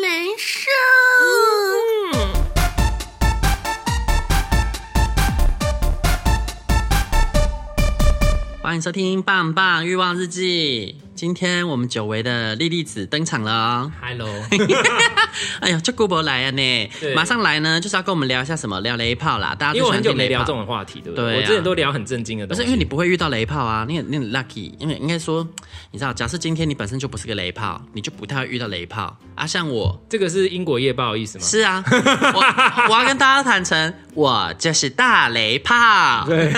难受。嗯欢迎收听《棒棒欲望日记》，今天我们久违的莉莉子登场了哦。 Hello，哎呀，这顾博来了呢，对马上来呢，就是要跟我们聊一下什么，聊雷炮啦。大家因为我很久没聊这中，种话题，对不对？对啊我之前都聊很震惊的不东是西，因为你不会遇到雷炮啊，你很你很 lucky，因为应该说，你知道，假设今天你本身就不是个雷炮，你就不太会遇到雷炮啊。像我这个是英国夜报的意思吗？是啊，我我要跟大家坦诚，我就是大雷炮。对，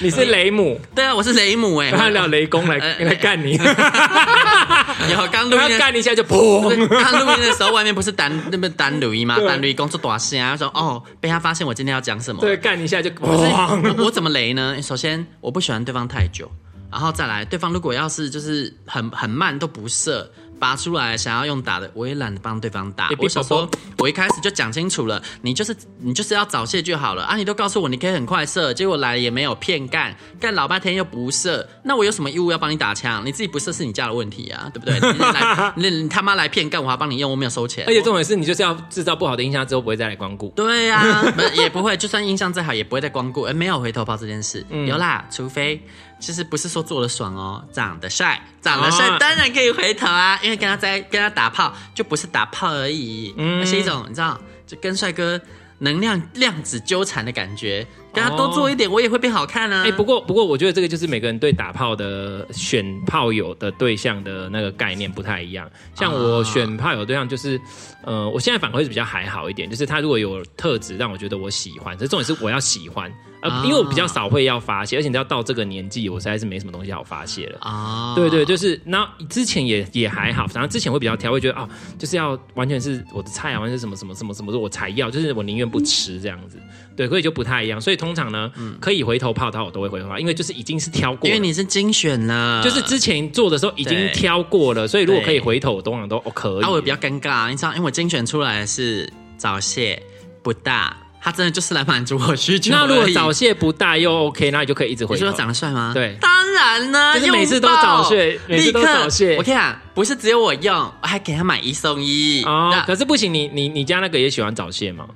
你是雷姆，对啊，我是 雷姆哎、然后聊雷公来呃来干你， 有刚 录然后音的干一下就不是砰。刚录音的时候，外面不是单那边单录音吗？单录音工作多声啊，说哦，被他发现我今天要讲什么。对，干一下就不是，砰。我我怎么雷呢？首先，我不喜欢对方太久，然后再来，对方如果要是就是很很慢都不射。拔出来想要用打的，我也懒得帮对方打也。比我想宝说宝，我一开始就讲清楚了，你就是你就是要早泄就好了啊！你都告诉我你可以很快射，结果来了也没有骗干，干老半天又不射，那我有什么义务要帮你打枪？你自己不射是你家的问题啊，对不对？你来你你他妈来骗干，我还帮你用，我没有收钱。 而且重点是你就是要制造不好的印象之后不会再来光顾。对呀、啊， 不也不会，就算印象再好，也不会再光顾。哎，没有回头炮这件事，嗯有啦，除非其实不是说做的爽哦，长得帅，长得帅、哦当然可以回头啊，因为跟他在跟他打炮就不是打炮而已，嗯而是一种你知道，就跟帅哥能量量子纠缠的感觉，跟他多做一点，我也会变好看啊。哎、不过不过，我觉得这个就是每个人对打炮的选炮友的对象的那个概念不太一样。像我选炮友对象就是，呃，我现在反而会比较还好一点，就是他如果有特质让我觉得我喜欢，这重点是我要喜欢，呃，啊因为我比较少会要发泄，而且你知道到这个年纪，我实在是没什么东西好发泄了。啊，对对，就是那之前也也还好，反正之前会比较挑，会觉得哦，就是要完全是我的菜啊，完全是什么什么什么什么，我才要，就是我宁愿不吃这样子。对，所以就不太一样。所以通常呢，可以回头泡他，我都会回头泡，因为就是已经是挑过嗯因了为。你啊是精选了，就是之前做的时候已经对挑过了，所以如果对可以回头，我通常都哦可以。啊，我也比较尴尬，你知道，因为我精选出来的是早泄不大，他真的就是来满足我需求而已。那如果早泄不大又 OK，那你就可以一直回你头说。长得帅吗？对当然呢，就是每次都拥抱早睡每次都立刻早睡我跟你讲，不是只有我用，我还给他买一送一。哦那，可是不行，你你你家那个也喜欢早泄嘛？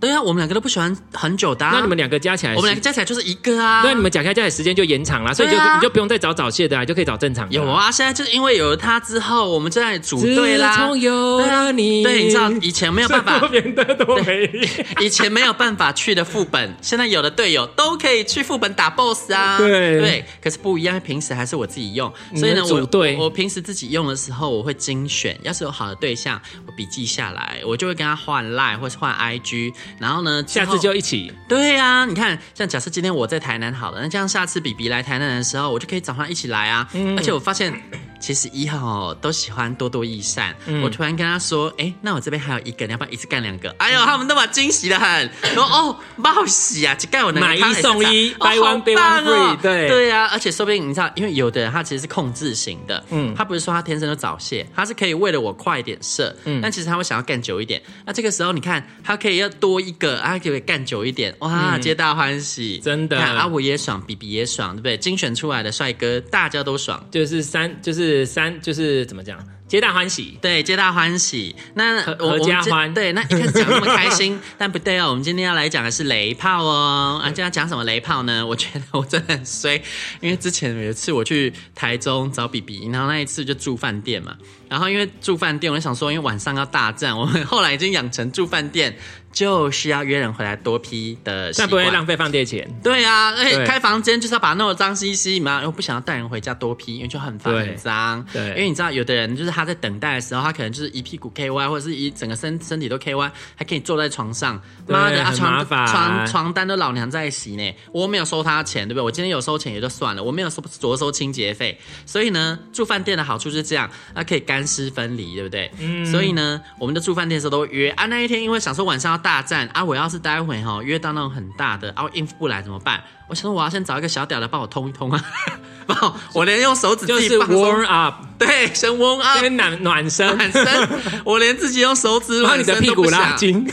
对啊，我们两个都不喜欢很久的啊、那你们两个加起来是，我们两个加起来就是一个啊。那你们讲开加起来时间就延长啦，所以就对啊你就不用再找早泄的啊，你就可以找正常的。有啊，现在就是因为有了他之后，我们就在组队啦。自从有了你对，你知道以前没有办法这，边的都没有。以前没有办法去的副本，现在有的队友都可以去副本打 BOSS 啊。对对，可是不一样，平时还是我自己用，你所以的呢，我组队我我平时自己用的时候，我会精选，要是有好的对象，我笔记下来，我就会跟他换 Line 或是换 IG，然后呢，之下后次就一起，对啊，你看，像假设今天我在台南好了，那这样下次比比来台南的时候，我就可以找他一起来啊。嗯而且我发现，其实一号哦都喜欢多多益善。嗯我突然跟他说：“哎、那我这边还有一个，你要不要一次干两个？”哎呦，他们都把惊喜的很。然后哦，报喜啊，就盖我那个买一汤也是送一这样 buy 哦 one 好 get 棒 one 哦 free，对对啊。而且说不定你知道，因为有的人他其实是控制型的，嗯嗯，他不是说他天生就早泄，他是可以为了我快一点射，嗯，但其实他会想要干久一点。那这个时候你看，他可以要多一个，啊，他可以干久一点，哇，皆大欢喜，嗯真的你看啊，我也爽，比比也爽，对不对？精选出来的帅哥，大家都爽。就是三，就是三，就是怎么讲？皆大欢喜。对，皆大欢喜。那合我我合们家这欢对，那一开始讲那么开心， 但不对哦。我们今天要来讲的是雷炮哦。啊，今天要讲什么雷炮呢？我觉得我真的很衰，因为之前有一次我去台中找比比，然后那一次就住饭店嘛。然后因为住饭店，我就想说，因为晚上要大战，我们后来已经养成住饭店就是要约人回来多批的习但不会惯。浪费饭店钱，对啊，而且对开房间就是要把它弄得脏兮兮嘛，又不想要带人回家多批，因为就很烦对很脏。对因为你知道，有的人就是他在等待的时候，他可能就是一屁股 KY，或者是一整个身身体都 KY，还可以坐在床上，对妈的，啊很麻床烦床床单都老娘在洗呢，我没有收他钱，对不对？我今天有收钱也就算了，我没有收着收清洁费，所以呢，住饭店的好处是这样，啊，可以干湿分离，对不对？嗯，所以呢，我们的住饭店的时候都会约啊，那一天因为想说晚上要大战啊，我要是待会哈、约到那种很大的啊，我应付不来怎么办？我想说我要先找一个小屌的帮我通一通啊， 帮我我连用手指就自己是放松 warm up，对，先 warm up。先暖暖 身，暖身，我连自己用手指把暖你的身屁都不股想拉筋。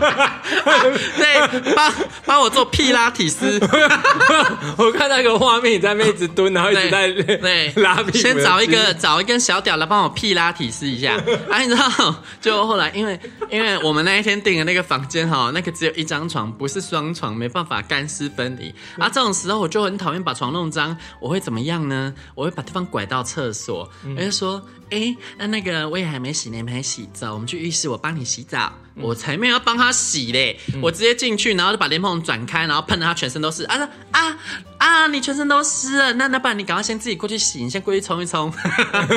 对，帮帮我做屁拉体斯， 我看到一个画面，你在那边一直蹲，然后一直在对对 拉屁股，先找一个。找一根小屌来帮我屁拉提示一下。 啊，你知道，就后来因为因为我们那一天订的那个房间哈，那个只有一张床，不是双床，没办法干湿分离。啊，这种时候我就很讨厌把床弄脏，我会怎么样呢？我会把对方拐到厕所，嗯我就说，哎、那那个我也还没洗呢，你们还洗澡，我们去浴室，我帮你洗澡。我才没有要帮他洗嘞，嗯我直接进去，然后就把莲蓬转开，然后喷的他全身都是啊啊啊！你全身都湿了，那那不然你赶快先自己过去洗，你先过去冲 一冲，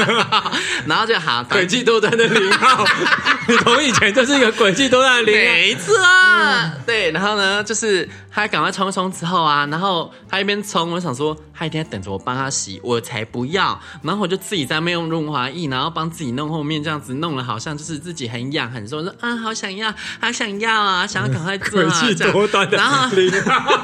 然后就好。诡计多端的零号，你从以前就是一个诡计多端的零号。没错，啊对，然后呢，就是他赶快冲一冲之后啊，然后他一边冲，我想说他一定在等着我帮他洗，我才不要，然后我就自己在那边用润滑液，然后帮自己弄后面这样子弄了，好像就是自己很痒很酸，说啊好想要，好想要啊，想要赶快做诡啊，计 这样多端的然后零号，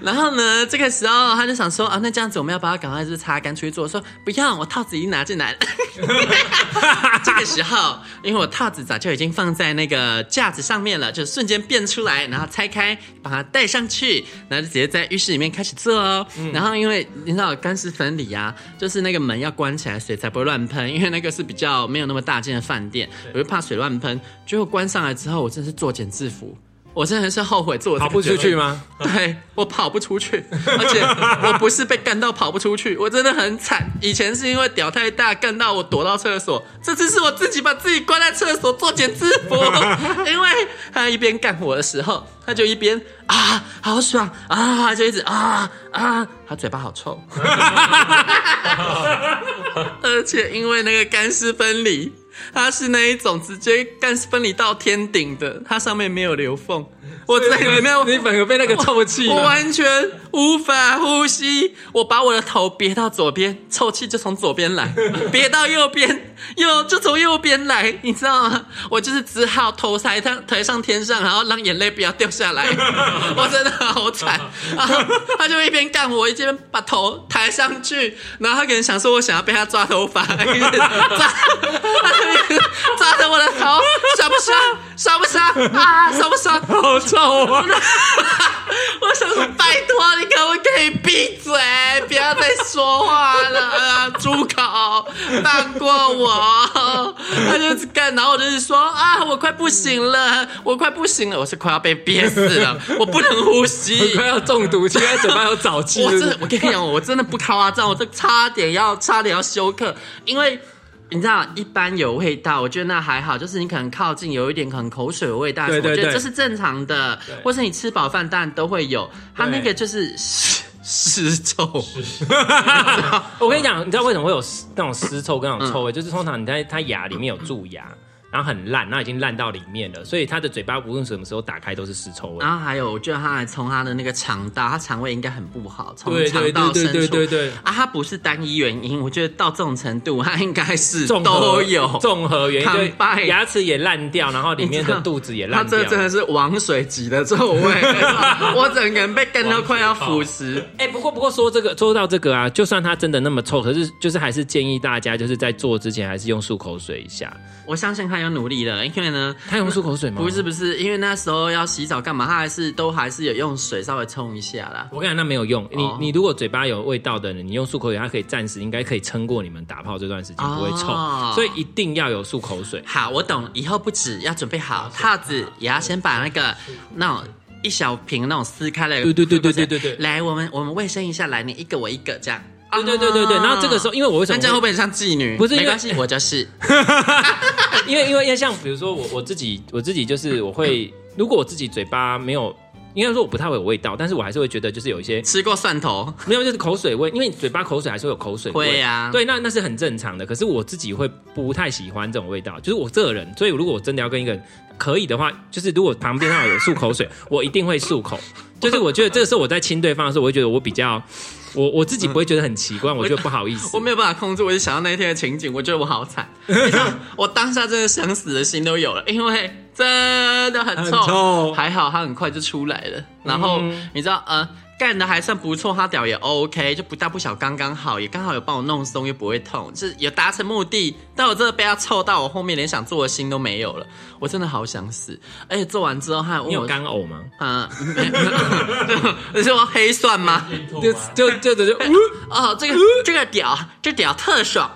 然后呢，这个时候他就想说啊，那这样子我们要把它赶快就是擦干出去做。我说不要，我套子已经拿进来了。 这个时候，因为我套子早就已经放在那个架子上面了，就瞬间变出来，然后拆开，把它戴上去，然后就直接在浴室里面开始做哦。嗯然后因为你知道干湿分离啊，就是那个门要关起来，水才不会乱喷，因为那个是比较没有那么大间的饭店，我就怕水乱喷。结果关上来之后，我真的是作茧自缚。我真的是后悔做了这跑个不出决定去吗？ 对哎我跑不出去， 而且我不是被干到跑不出去，我真的很惨。以前是因为屌太大干到我躲到厕所，这次是我自己把自己关在厕所作茧自缚。 因为他一边干我的时候，他就一边啊好爽啊，他就一直啊啊，他嘴巴好臭。 而且因为那个干湿分离，它是那一种直接干湿分离到天顶的，它上面没有留缝。我在里面，你反而被那个臭气我了。完全无法呼吸，我把我的头别到左边，臭气就从左边 来；别到右边，右就从右边来，你知道吗？我就是只好头抬上抬上天上，然后让眼泪不要掉下来。 我真的好惨。然后他就一边干我，一边把头抬上去，然后他可能想说我想要被他抓 头发，一直抓，他就一直抓着我的头，爽不爽？爽不爽？啊，爽不爽？好臭啊！ 我想说，拜托你可不可以 闭嘴，不要再说话了，啊猪口，放过 我。他就一直干，然后我就是说啊，我快不行了，我快不行了，我是快要被憋死 了，我不能呼你吸快。要中毒，现在嘴巴有沼气。我是真不的是，我跟你讲，我真的不夸张，我这差点要差点要休克，因为。你知道，一般有味道，我觉得那还好，就是你可能靠近有一点可能口水味道，对对我觉得对这是正常的，或是你吃饱饭当然都会有。它那个就是尸尸臭，我跟你讲，你知道为什么会有尸那种尸臭跟那种臭嗯味？就是通常你在它牙里面有蛀牙，然后很烂，那已经烂到里面了，所以它的嘴巴无论什么时候打开都是尸臭味然。后还有，我觉得他还从他的那个肠道，他肠胃应该很不好，从对肠对道对深对处对对对，啊，他不是单一原因，我觉得到这种程度，他应该是综合都有综合原因， Combine 对牙齿也烂掉，然后里面的肚子也他烂掉这。真的是王水级的臭味， 我整个人被干到快要腐蚀。哎、不过不过说这个说到这个啊，就算它真的那么臭，可是就是还是建议大家就是在做之前还是用漱口水一下。我相信他有要努力了，因为呢，他用漱口水吗？不是，不是，因为那时候要洗澡干嘛，他还是都还是有用水稍微冲一下啦。我跟你讲，那没有用。你哦你如果嘴巴有味道的人，你用漱口水，它可以暂时应该可以撑过你们打炮这段时间，不会臭哦。所以一定要有漱口水。好，我懂，以后不止要准备好套子，也要先把那个那种一小瓶那种撕开了，对对对对对对对来，我们我们卫生一下，来，你一个我一个这样。对对对对对。啊然后这个时候，因为我为什那这样么会不会？会像妓女？不是因为没关系，我就是。因为因为因为像比如说我我自己我自己就是我会，如果我自己嘴巴没有，应该说我不太会有味道，但是我还是会觉得就是有一些吃过蒜头，没有，就是口水味，因为你嘴巴口水还是会有口水味会啊对，那那是很正常的。可是我自己会不太喜欢这种味道，就是我这个人，所以如果我真的要跟一个人可以的话，就是如果旁边上有漱口水， 我一定会漱口。就是我觉得这个时候我在亲对方的时候，我会觉得我比较，我我自己不会觉得很奇怪，我觉得不好意思我。没有办法控制，我就想到那一天的情景，我觉得我好 惨，我当下真的想死的心都有了，因为真的很臭，很臭嗯还好他很快就出来了，然后、你知道呃。干的还算不错，他屌也 OK，就不大不小，刚刚好，也刚好有帮我弄松，又不会痛，就是有达成目的。但我真的被他臭到，我后面连想做的心都没有了，我真的好想死。而且做完之后，他还问你有我，干呕吗？嗯， 你说黑蒜吗？就就就就就，哦， 这个这个屌，这屌特爽，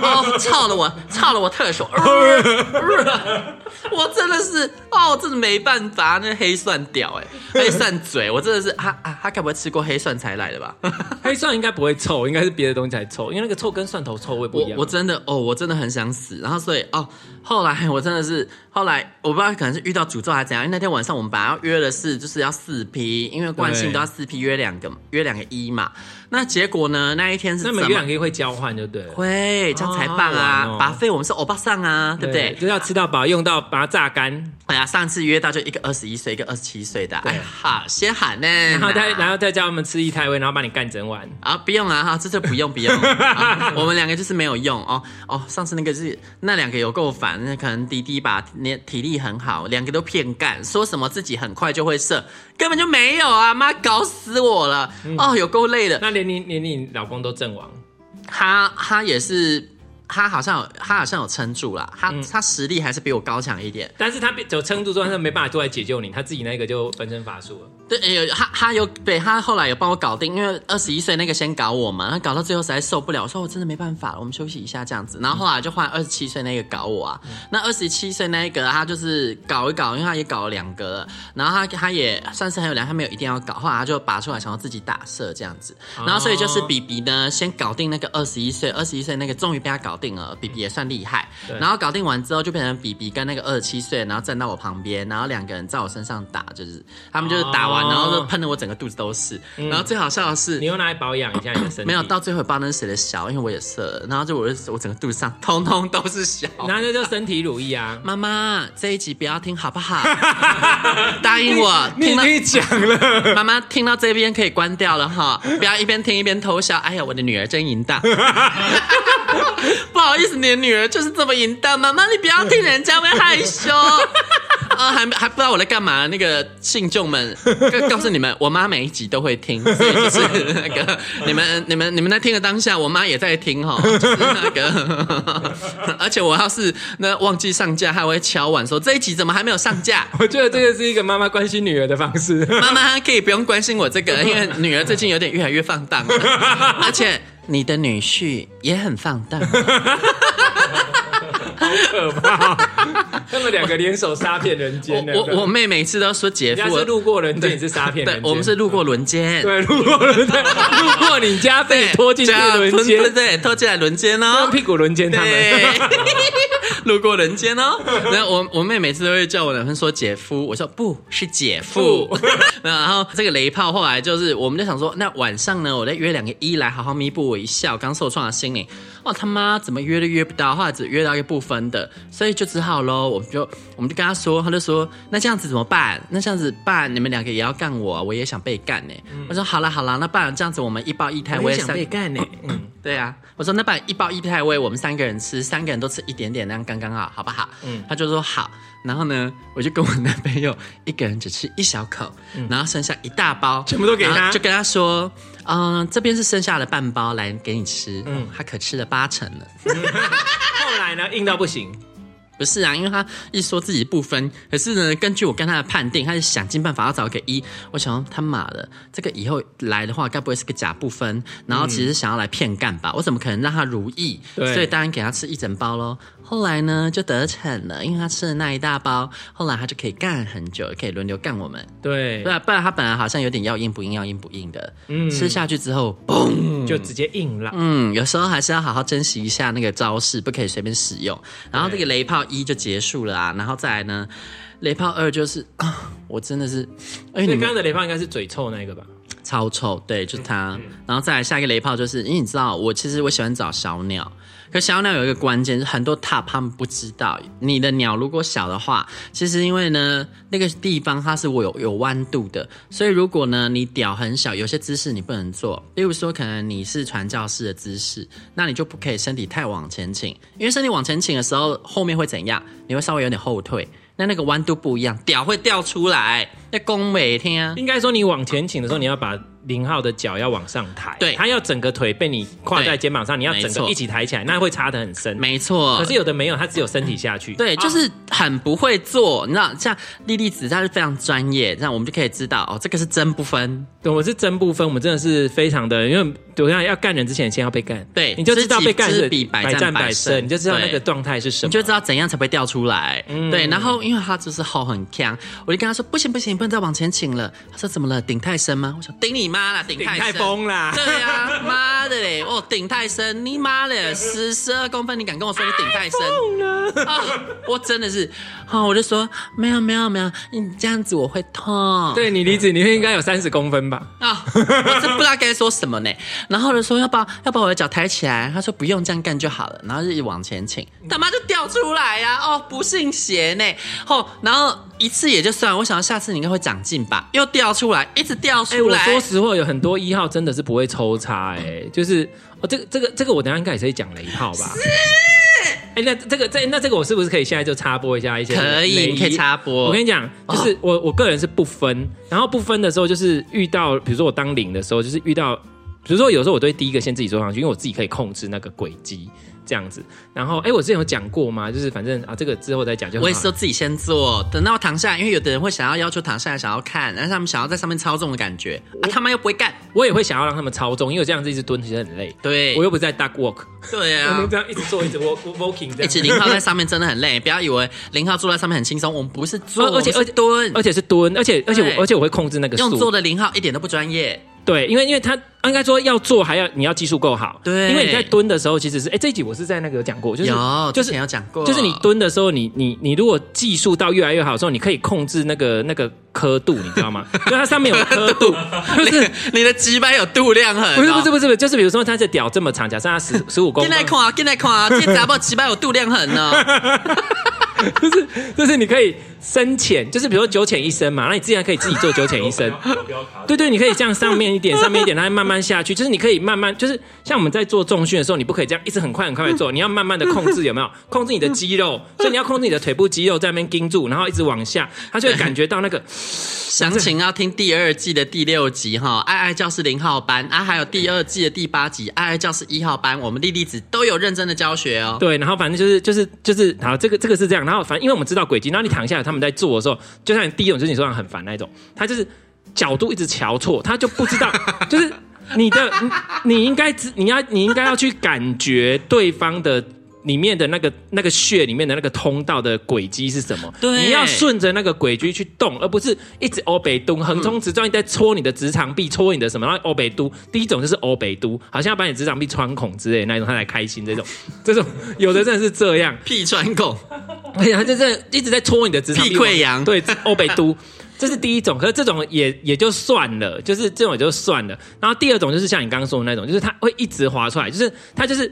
哦，操了我，操了我特爽，我真的是，哦，我真的没办法，那黑蒜屌哎、黑蒜嘴，我真的是，啊啊，他该不会吃过黑蒜才来的吧？黑蒜应该不会臭，应该是别的东西才臭，因为那个臭跟蒜头臭味不我一样。我真的哦，我真的很想死。然后所以哦，后来我真的是后来我不知道可能是遇到诅咒还是怎样，因为那天晚上我们本来要约的是就是要四批，因为惯性对都要四批约两个约两个一嘛。那结果呢，那一天是那怎么每个两个会交换，就对了。会，这样才棒哦好玩啊！哦把费、我们是欧巴桑啊，对不对？就是要吃到饱，用到把它榨干，哎呀，上次约到就一个二十一岁，一个二十七岁的，哎，好，先喊呢、然后再然后后再叫他们吃一太味，然后把你干整晚。啊，不用啊，哈，这次不用 不用、啊我们两个就是没有用哦哦，上次那个是那两个有够烦，那可能迪迪吧，你体力很好，两个都骗干，说什么自己很快就会射，根本就没有啊，妈搞死我了，嗯哦，有够累的，那连你连你老公都阵亡，他他也是。他好像有，他好像有撑住啦，嗯他、他实力还是比我高强一点，但是他被走撑住之后，他没办法出来解救你，他自己那个就分身乏术了。对，哎有他他有对他后来有帮我搞定，因为二十一岁那个先搞我嘛，他搞到最后实在受不了，我说我真的没办法了，我们休息一下这样子。然后后来就换二十七岁那个搞我嗯啊，那二十七岁那一个他就是搞一搞，因为他也搞了两个了，然后他他也算是很有良，他没有一定要搞，后来他就拔出来想要自己打射这样子，然后所以就是哦比比呢先搞定那个二十一岁，二十一岁那个终于被他搞定了，比比也算厉害对。然后搞定完之后就变成比比跟那个二十七岁，然后站到我旁边，然后两个人在我身上打，就是他们就是打完，哦嗯然后就喷的我整个肚子都是。然后最好笑的是你。用来保养一下你的身体，没有，到最后也不知道那是谁的小，因为我也射了，然后就我就我整个肚子上通通都是小。然后那就身体乳液啊。妈妈，这一集不要听好不 好？答应我，听到讲了，妈妈听到这边可以关掉了哈，不要一边听一边偷笑。哎呀，我的女儿真淫荡。 不好意思，你的女儿就是这么淫荡。妈妈，你不要听人家会害羞。 啊、还还不知道我在干嘛？那个信众们，告告诉你们，我妈每一集都会听，所以就是那个你们你们你们在听的当下，我妈也在听哈，就是那个， 而且我要是那忘记上架，她会敲碗说这一集怎么还没有上架？我觉得这个是一个妈妈关心女儿的方式。妈妈可以不用关心我 这个，因为女儿最近有点越来越放荡了，而且你的女婿也很放荡。啊可 怕，他们两个联手杀骗人我间的。我我妹每次都说姐人夫，家是我路过人间，你是杀骗人对间。，我们是路过轮奸，对路过人间，路过你家被对，你拖进去对轮 对奸，对，拖进来轮奸用哦。屁股轮奸他们。对， 路过人间哦。然后我我妹每次都会叫我男朋友说姐夫，我说不是姐 夫。然后这个雷炮后来就是，我们就想说，那晚上呢，我再约两个一来好好弥补我一下我刚受创的心灵。哦他妈，怎么约都约不到，后来只约到一个部分的，所以就只好喽，我们就我们就跟他说，他就说那这样子怎么办？那这样子办，你们两个也要干我，我也想被干呢、我说好啦好啦，那不然这样子，我们一包一胎，嗯我也三想被干呢。嗯，对啊，我说那把一包一派位，我们三个人吃，三个人都吃一点点，那样刚刚好，好不好？嗯，他就说好。然后呢，我就跟我男朋友一个人只吃一小口，然后剩下一大包，嗯全部都给他然后就跟他说，嗯、这边是剩下的半包，哦来给你吃。嗯，他可吃了八成了。后来呢，硬到不行。不是啊，因为他一说自己不分，可是呢，根据我跟他的判定，他是想尽办法要找个一。我想说他妈的，这个以后来的话，该不会是个假不分？然后其实想要来骗干吧？我怎么可能让他如意？对所以当然给他吃一整包喽。后来呢，就得逞了，因为他吃了那一大包，后来他就可以干很久，可以轮流干我们。对对，啊，不然他本来好像有点要硬不硬，要硬不硬的。嗯吃下去之后，就直接硬了。嗯，有时候还是要好好珍惜一下那个招式，不可以随便使用。然后这个雷炮一就结束了啊，然后再来呢，雷炮二就是啊，我真的是，哎，所你以刚们刚的雷胖应该是嘴臭那一个吧？超臭，对，就是他。然后再来下一个雷炮，就是因为你知道，我其实我喜欢找小鸟，可小鸟有一个关键，就是很多 top 他们不知道，你的鸟如果小的话，其实因为呢那个地方它是我有有弯度的，所以如果呢你屌很小，有些姿势你不能做，例如说可能你是传教士的姿势，那你就不可以身体太往前倾，因为身体往前倾的时候，后面会怎样？你会稍微有点后退。那那个弯度不一样，屌会掉出来。那弓尾天啊，应该说你往前倾的时候，你要把零号的脚要往上抬，对他要整个腿被你跨在肩膀上，你要整没个错一起抬起来，那会插得很深。没错。可是有的没有，他只有身体下去。对，就啊是很不会做，你知道，像莉莉子，她是非常专业，这样我们就可以知道哦，这个是真不分，对，我是真不分，我们真的是非常的，因为我想要干人之前，先要被干，对你就知道被干知己是知彼百战战百百胜胜，你就知道那对个状态是什么，你就知道怎样才不会掉出来。对，然后因为她就是吼很强，我就跟她说不行不行，不能再往前倾了。她说怎么了？顶太深吗？我说顶你妈啦，顶顶太太深。崩啦。对呀、妈的嘞！哦，顶太深，你妈的，十十二公分，你敢跟我说你顶太深？啊、我真的是，啊、我就说没有没有没有，你这样子我会痛。对你离子，你应该有三十公分吧？啊、我真不知道该说什么呢。 然后就说要把要把我的脚抬起来，他说不用这样干就好了，然后就一往前倾，他妈就掉出来呀、哦，不信邪呢。哦，然后一次也就算了，我想下次你应该会长进吧，又掉出来，一直掉哎、出我来。说实话，有很多一号真的是不会抽插、哎，就是哦，这个这个这个，我等一下应该也是会讲雷炮吧？哎、那这个这那这个，我是不是可以现在就插播一下一些雷？可以你可以插播哦我跟你讲，就是我我个人是不分，然后不分的时候，就是遇到比如说我当零的时候，就是遇到。比如说，有时候我都会第一个先自己坐上去，因为我自己可以控制那个轨迹这样子。然后，哎、我之前有讲过吗？就是反正啊，这个之后再讲就好了。我也是都自己先做，等到躺下来，因为有的人会想要要求躺下来，想要看，但是他们想要在上面操纵的感觉，啊，他妈又不会干，我也会想要让他们操纵，因为我这样子一直蹲其实很累。对我又不是在 duck walk，对我啊们。这样一直做，一直 walk walking 这而样且。零号在上面真的很累，不要以为零号坐在上面很轻松，我们不是坐，哦而而且我们是蹲，而且是蹲，而且而且对我而且我会控制那个用做速，的零号一点都不专业， 对，因为因为他应该说要做还要你要技术够好，对因为你在蹲的时候其实是，哎，这一集我是在那个有讲过，就是有就之是前有讲过，就是你蹲的时候，你你你如果技术到越来越好的时候，你可以控制那个那个刻度，你知道吗？ 就它上面有刻 度，不是你，你的鸡掰有度量衡哦，不是不是不是不是，就是比如说它的屌这么长，假设它十十五公进 分，来看啊，进来 看啊，这杂包鸡掰有度量衡哦呢， 就是你可以深浅，就是比如说九浅一深嘛，那你自然可以自己做九浅一深。对对，你可以这样上面一点，上面一点，然后慢慢下去。就是你可以慢慢，就是像我们在做重训的时候，你不可以这样一直很快很快的做，你要慢慢的控制，有没有？控制你的肌肉，所以你要控制你的腿部肌肉在那边盯住，然后一直往下，它就会感觉到那个。详情要听第二季的第六集哈，爱爱教室零号班啊，还有第二季的第八集爱爱教室一号班，我们莉莉子都有认真的教学哦。对，然后反正就是就是就是，好，这个这个是这样，然后反正因为我们知道轨迹，然后你躺下来，他们在做的时候，就像第一种就是你说的很烦那一种，他就是角度一直瞧错，他就不知道，就是你的你你应该知你要你应该要去感觉对方的。里面的那个那个穴里面的那个通道的轨迹是什么？对你要顺着那个轨迹去动，而不是一直欧北都横冲直撞，你在戳你的直肠壁，戳你的什么？然后欧北都，第一种就是欧北都，好像要把你直肠壁穿孔之类的那一种，他才开心。这种这种有的真的是这样，屁穿孔，而且他就是一直在戳你的直肠壁屁溃疡对，欧北都。这是第一种，可是这种也也就算了，就是这种也就算了。然后第二种就是像你刚刚说的那种，就是它会一直滑出来，就是它就是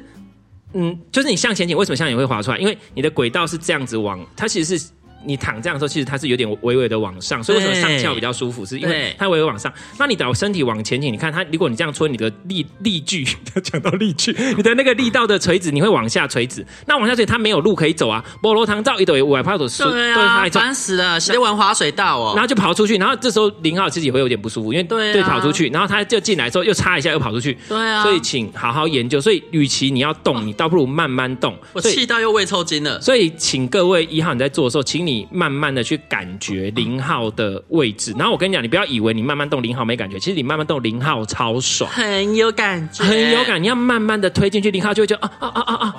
嗯，就是你向前倾，为什么向前会滑出来？因为你的轨道是这样子往，它其实是你躺这样的时候，其实它是有点微微的往上，所以为什么上翘比较舒服，是因为对它微微往上。那你把身体往前倾，你看它，如果你这样搓你的力力矩，讲到力矩，你的那个力道的垂直，你会往下垂直。那往下垂，它没有路可以走啊，菠萝糖照一抖，我怕走树，对它啊，一走烦死了，谁玩滑水道哦？然后就跑出去，然后这时候林浩自己会有点不舒服，因为对啊跑出去，然后他就进来之后又擦一下，又跑出去，对啊所以请好好研究。所以，与其你要动，你倒不如慢慢动。我所以气到又胃抽筋了。所以，请各位一号你在做的时候，请你慢慢的去感觉零号的位置。然后我跟你讲，你不要以为你慢慢动零号没感觉，其实你慢慢动零号超爽，很有感觉，很有，感。你要慢慢的推进去，零号就会觉得啊啊啊啊啊！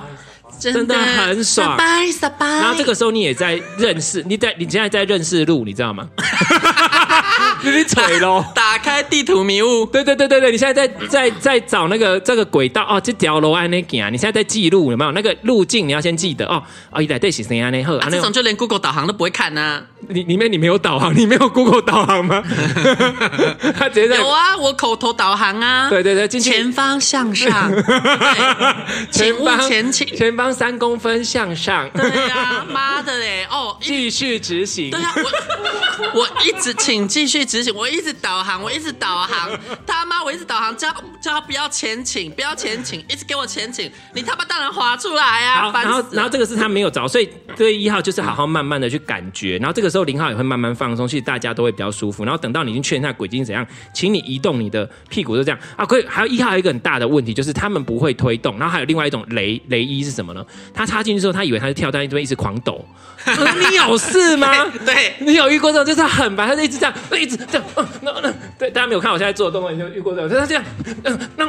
真真的很爽拜拜拜。然后这个时候你也在认识，你在你现在在认识路，你知道吗？你是腿喽。打开地图迷雾，对对对对对，你现在在在在找那个这个轨道哦，这条路安那行啊，你现在在记录有没有那个路径？你要先记得哦。哦，一来对是谁安那好，啊，安这那种就连 Google 导航都不会看啊呐、里里面你没有导航，你没有 Google 导航吗？ 他直接在有啊，我口头导航啊。对对对进去前方 向上。对请勿前倾。前方三公分向上，对啊，妈的嘞！哦，一继续执行对。啊，我我一直请继续执行，我一直导航，我一直导航，他妈我一直导航，叫叫他不要前倾，不要前倾，一直给我前倾，你他妈当然滑出来啊！好，烦然后死了然后这个是他没有找，所以对一号就是好好慢慢的去感觉，然后这个时候零号也会慢慢放松，其实大家都会比较舒服。然后等到你已经确认它轨迹是怎样，请你移动你的屁股，就这样啊。可以，还有一号还有一个很大的问题就是他们不会推动，然后还有另外一种雷雷一是什么呢？他插进去之后，他以为他是跳，但一边一直狂 抖。我说你有事吗？对 你有遇过这种，就是他很白，他就一直这样，一直这样，嗯，那、那、对，大家没有看我现在做的动作，你就遇过这种，就是他这样，嗯，那、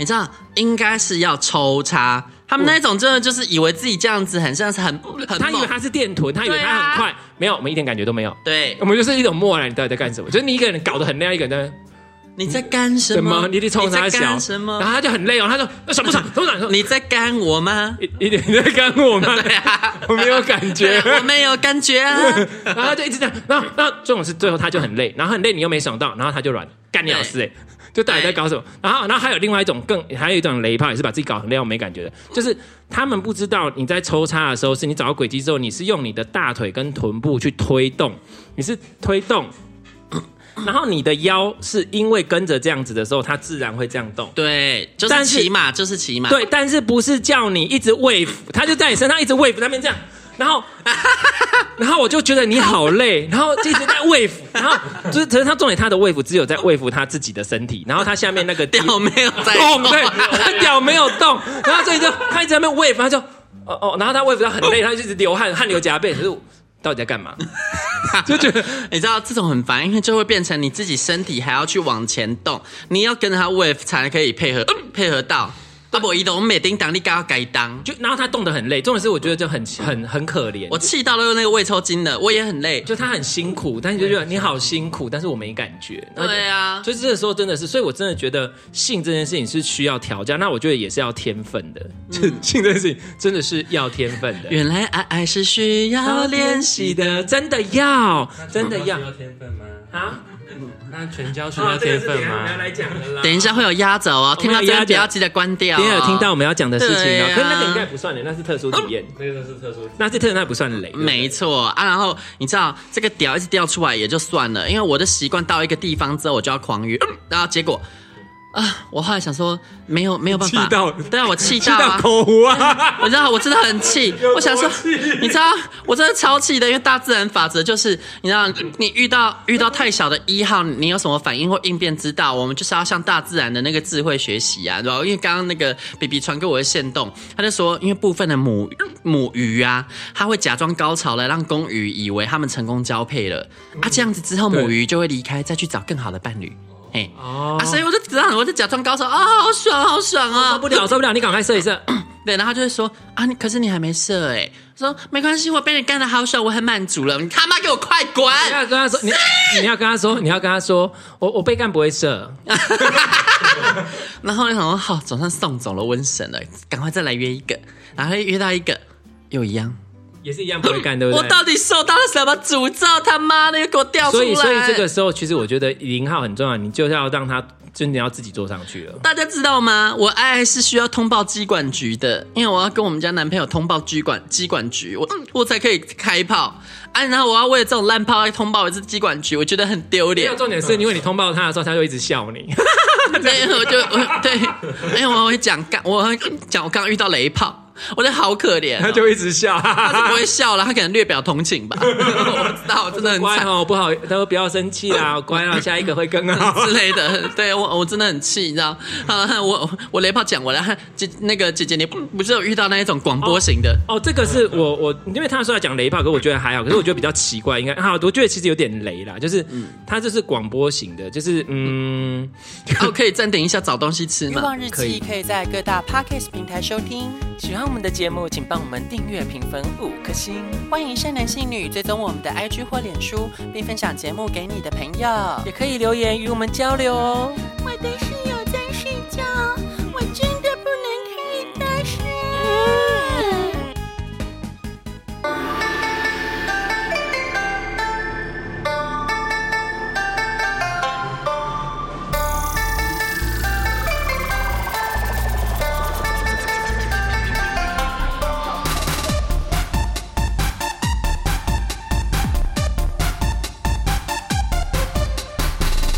你知道应该是要抽插，他们那种真的就是以为自己这样子很像是很很他以为猛，他是电臀，他以为对他啊很快，没有，我们一点感觉都没有。对我，们就是一种漠然，你到底在干什么？就是你一个人搞得很累，一个人在你在干什什么么？？你得冲他在笑干什然么？后他就很累哦，他说那爽不爽？爽不爽？ 你你在干我吗？一一点在干我 吗？对啊，我没有感觉。我没有感觉啊。 然后他就一直这样，然后然后这种是最后他就很累，然后很累你又没爽到，然后他就软了干你老师哎、就到底在搞什么？然后然后还有另外一种更还有一种雷炮也是把自己搞很累我没感觉的，就是他们不知道你在抽插的时候是你找到轨迹之后，你是用你的大腿跟臀部去推动，你是推动。然后你的腰是因为跟着这样子的时候，它自然会这样动。对，就但是是骑马，就是骑 马。 对，但是不是叫你一直 wave，他就在你身上一直 wave，那边这样，然 后，然后我就觉得你好累，然后就一直在 wave，然后就是，可是他重点他的 wave 只有在 wave 他自己的身体，然后他下面那个 地屌没有在动，动哦对，他屌没有动，然后所以就他一直在那边 wave，他就哦哦，然后他 wave 到很累，他就一直流汗，汗流浃背，可是我到底在干嘛？就觉得 你知道这种很烦，因为就会变成你自己身体还要去往前动，你要跟着他 wave 才可以配合、嗯配合到。啊不，移动每叮当，你刚要改当，就然后他动得很累，重点是我觉得就很很很可怜，我气到都那个胃抽筋了，我也很累。就他很辛苦，但是就觉得你好辛苦，但是我没感觉。对啊所以这个时候真的是，所以我真的觉得性这件事情是需要调教，那我觉得也是要天分的。 性这件事情真的是要天分的，原来爱爱是需要练习的。的，真的要，真的要需要天分吗？啊！那全交需要天分啊这个是等一下我们吗？要来讲的啦。等一下会有压轴哦，听到这边不要记得关掉、哦。别人有听到我们要讲的哦事情哦，对啊可是那个应该不算的，那是特殊体验，那个是特殊，那是特那不算雷。没错啊，然后你知道这个屌一直掉出来也就算了，因为我的习惯到一个地方之后我就要狂语，嗯然后结果啊，我后来想说没有没有办法，气到对啊，我气气到到啊。口无 啊！我知道，我真的很气。我想说，你知道，我真的超气的，因为大自然法则就是，你知道，你遇到遇到太小的一号，你有什么反应或应变之道，我们就是要向大自然的那个智慧学习啊，对吧？因为刚刚那个 B B 传给我的线动，他就说，因为部分的母母鱼啊，它会假装高潮来让公鱼以为它们成功交配了啊，这样子之后母鱼就会离开，再去找更好的伴侣。嘿，哦啊，所以我就知道，我就假装高潮啊，好爽，好爽啊， 受不了，受不了，你赶快射一射。对，然后他就会说啊，你可是你还没射哎、欸，说没关系，我被你干的好爽，我很满足了，你他妈给我快滚！ 你要跟他说，你你要跟他说，你要跟他说，我我被干不会射，然后就想说好，总算送走了瘟神了，赶快再来约一个，然后约到一个又一样，也是一样不会干，对不我对？到底受到了什么哦诅咒？他妈的，又给我掉出来！所以所以这个时候，其实我觉得零号很重要，你就是要让他真的要自己坐上去了。大家知道吗？我爱爱是需要通报机管局的，因为我要跟我们家男朋友通报机管机管局，我我才可以开炮。啊，然后我要为了这种烂炮来通报一次机管局，我觉得很丢第脸二。重点是，因为你通报他的时候，他就一直笑你。 对，我就我对，因为我会讲刚，我会讲我刚刚遇到雷炮，我觉得好可怜、 他哦。就一直笑，他 是不会笑了，他可能略表同情吧。我不知道，真的很乖惨哦，不好，他说不要生气 啦，乖啦，下一个会更 好。之类的。对我，我真的很气，你知道？好了，我我雷炮讲完了，姐那个姐姐，你不是有遇到那一种广播型的？哦，这个是我我，因为他说要讲雷炮，可是我觉得还好，可是我觉得比较奇怪，应该好，我觉得其实有点雷啦，就是他这是广播型的，就是嗯，哦，可以暂停一下找东西吃欲吗？望日可以记可以在各大 podcast 平台收听。喜欢我们的节目，请帮我们订阅、评分五颗星。欢迎善男信女追踪我们的 IG 或脸书，并分享节目给你的朋友，也可以留言与我们交流哦。我的室友在睡觉，我真的不能听他声。嗯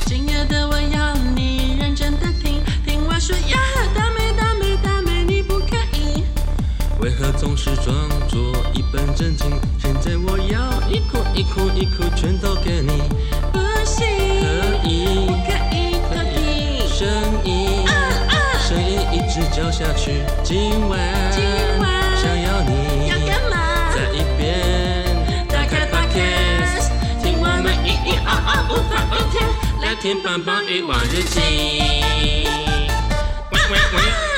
今夜的我要你认真的听，听我说呀，大美大美大美，你不可以。为何总是装作一本正经？现在我要一哭一哭一哭，全都给你。不行，可以不，可以，可以。嗯声音，啊声音一直叫下去。今晚，今晚想要你，要干嘛？在一边打开 Podcast，听我们咿咿哦哦无法无天，来来听听棒棒棒棒欲欲望望日嗯日记记。喂喂喂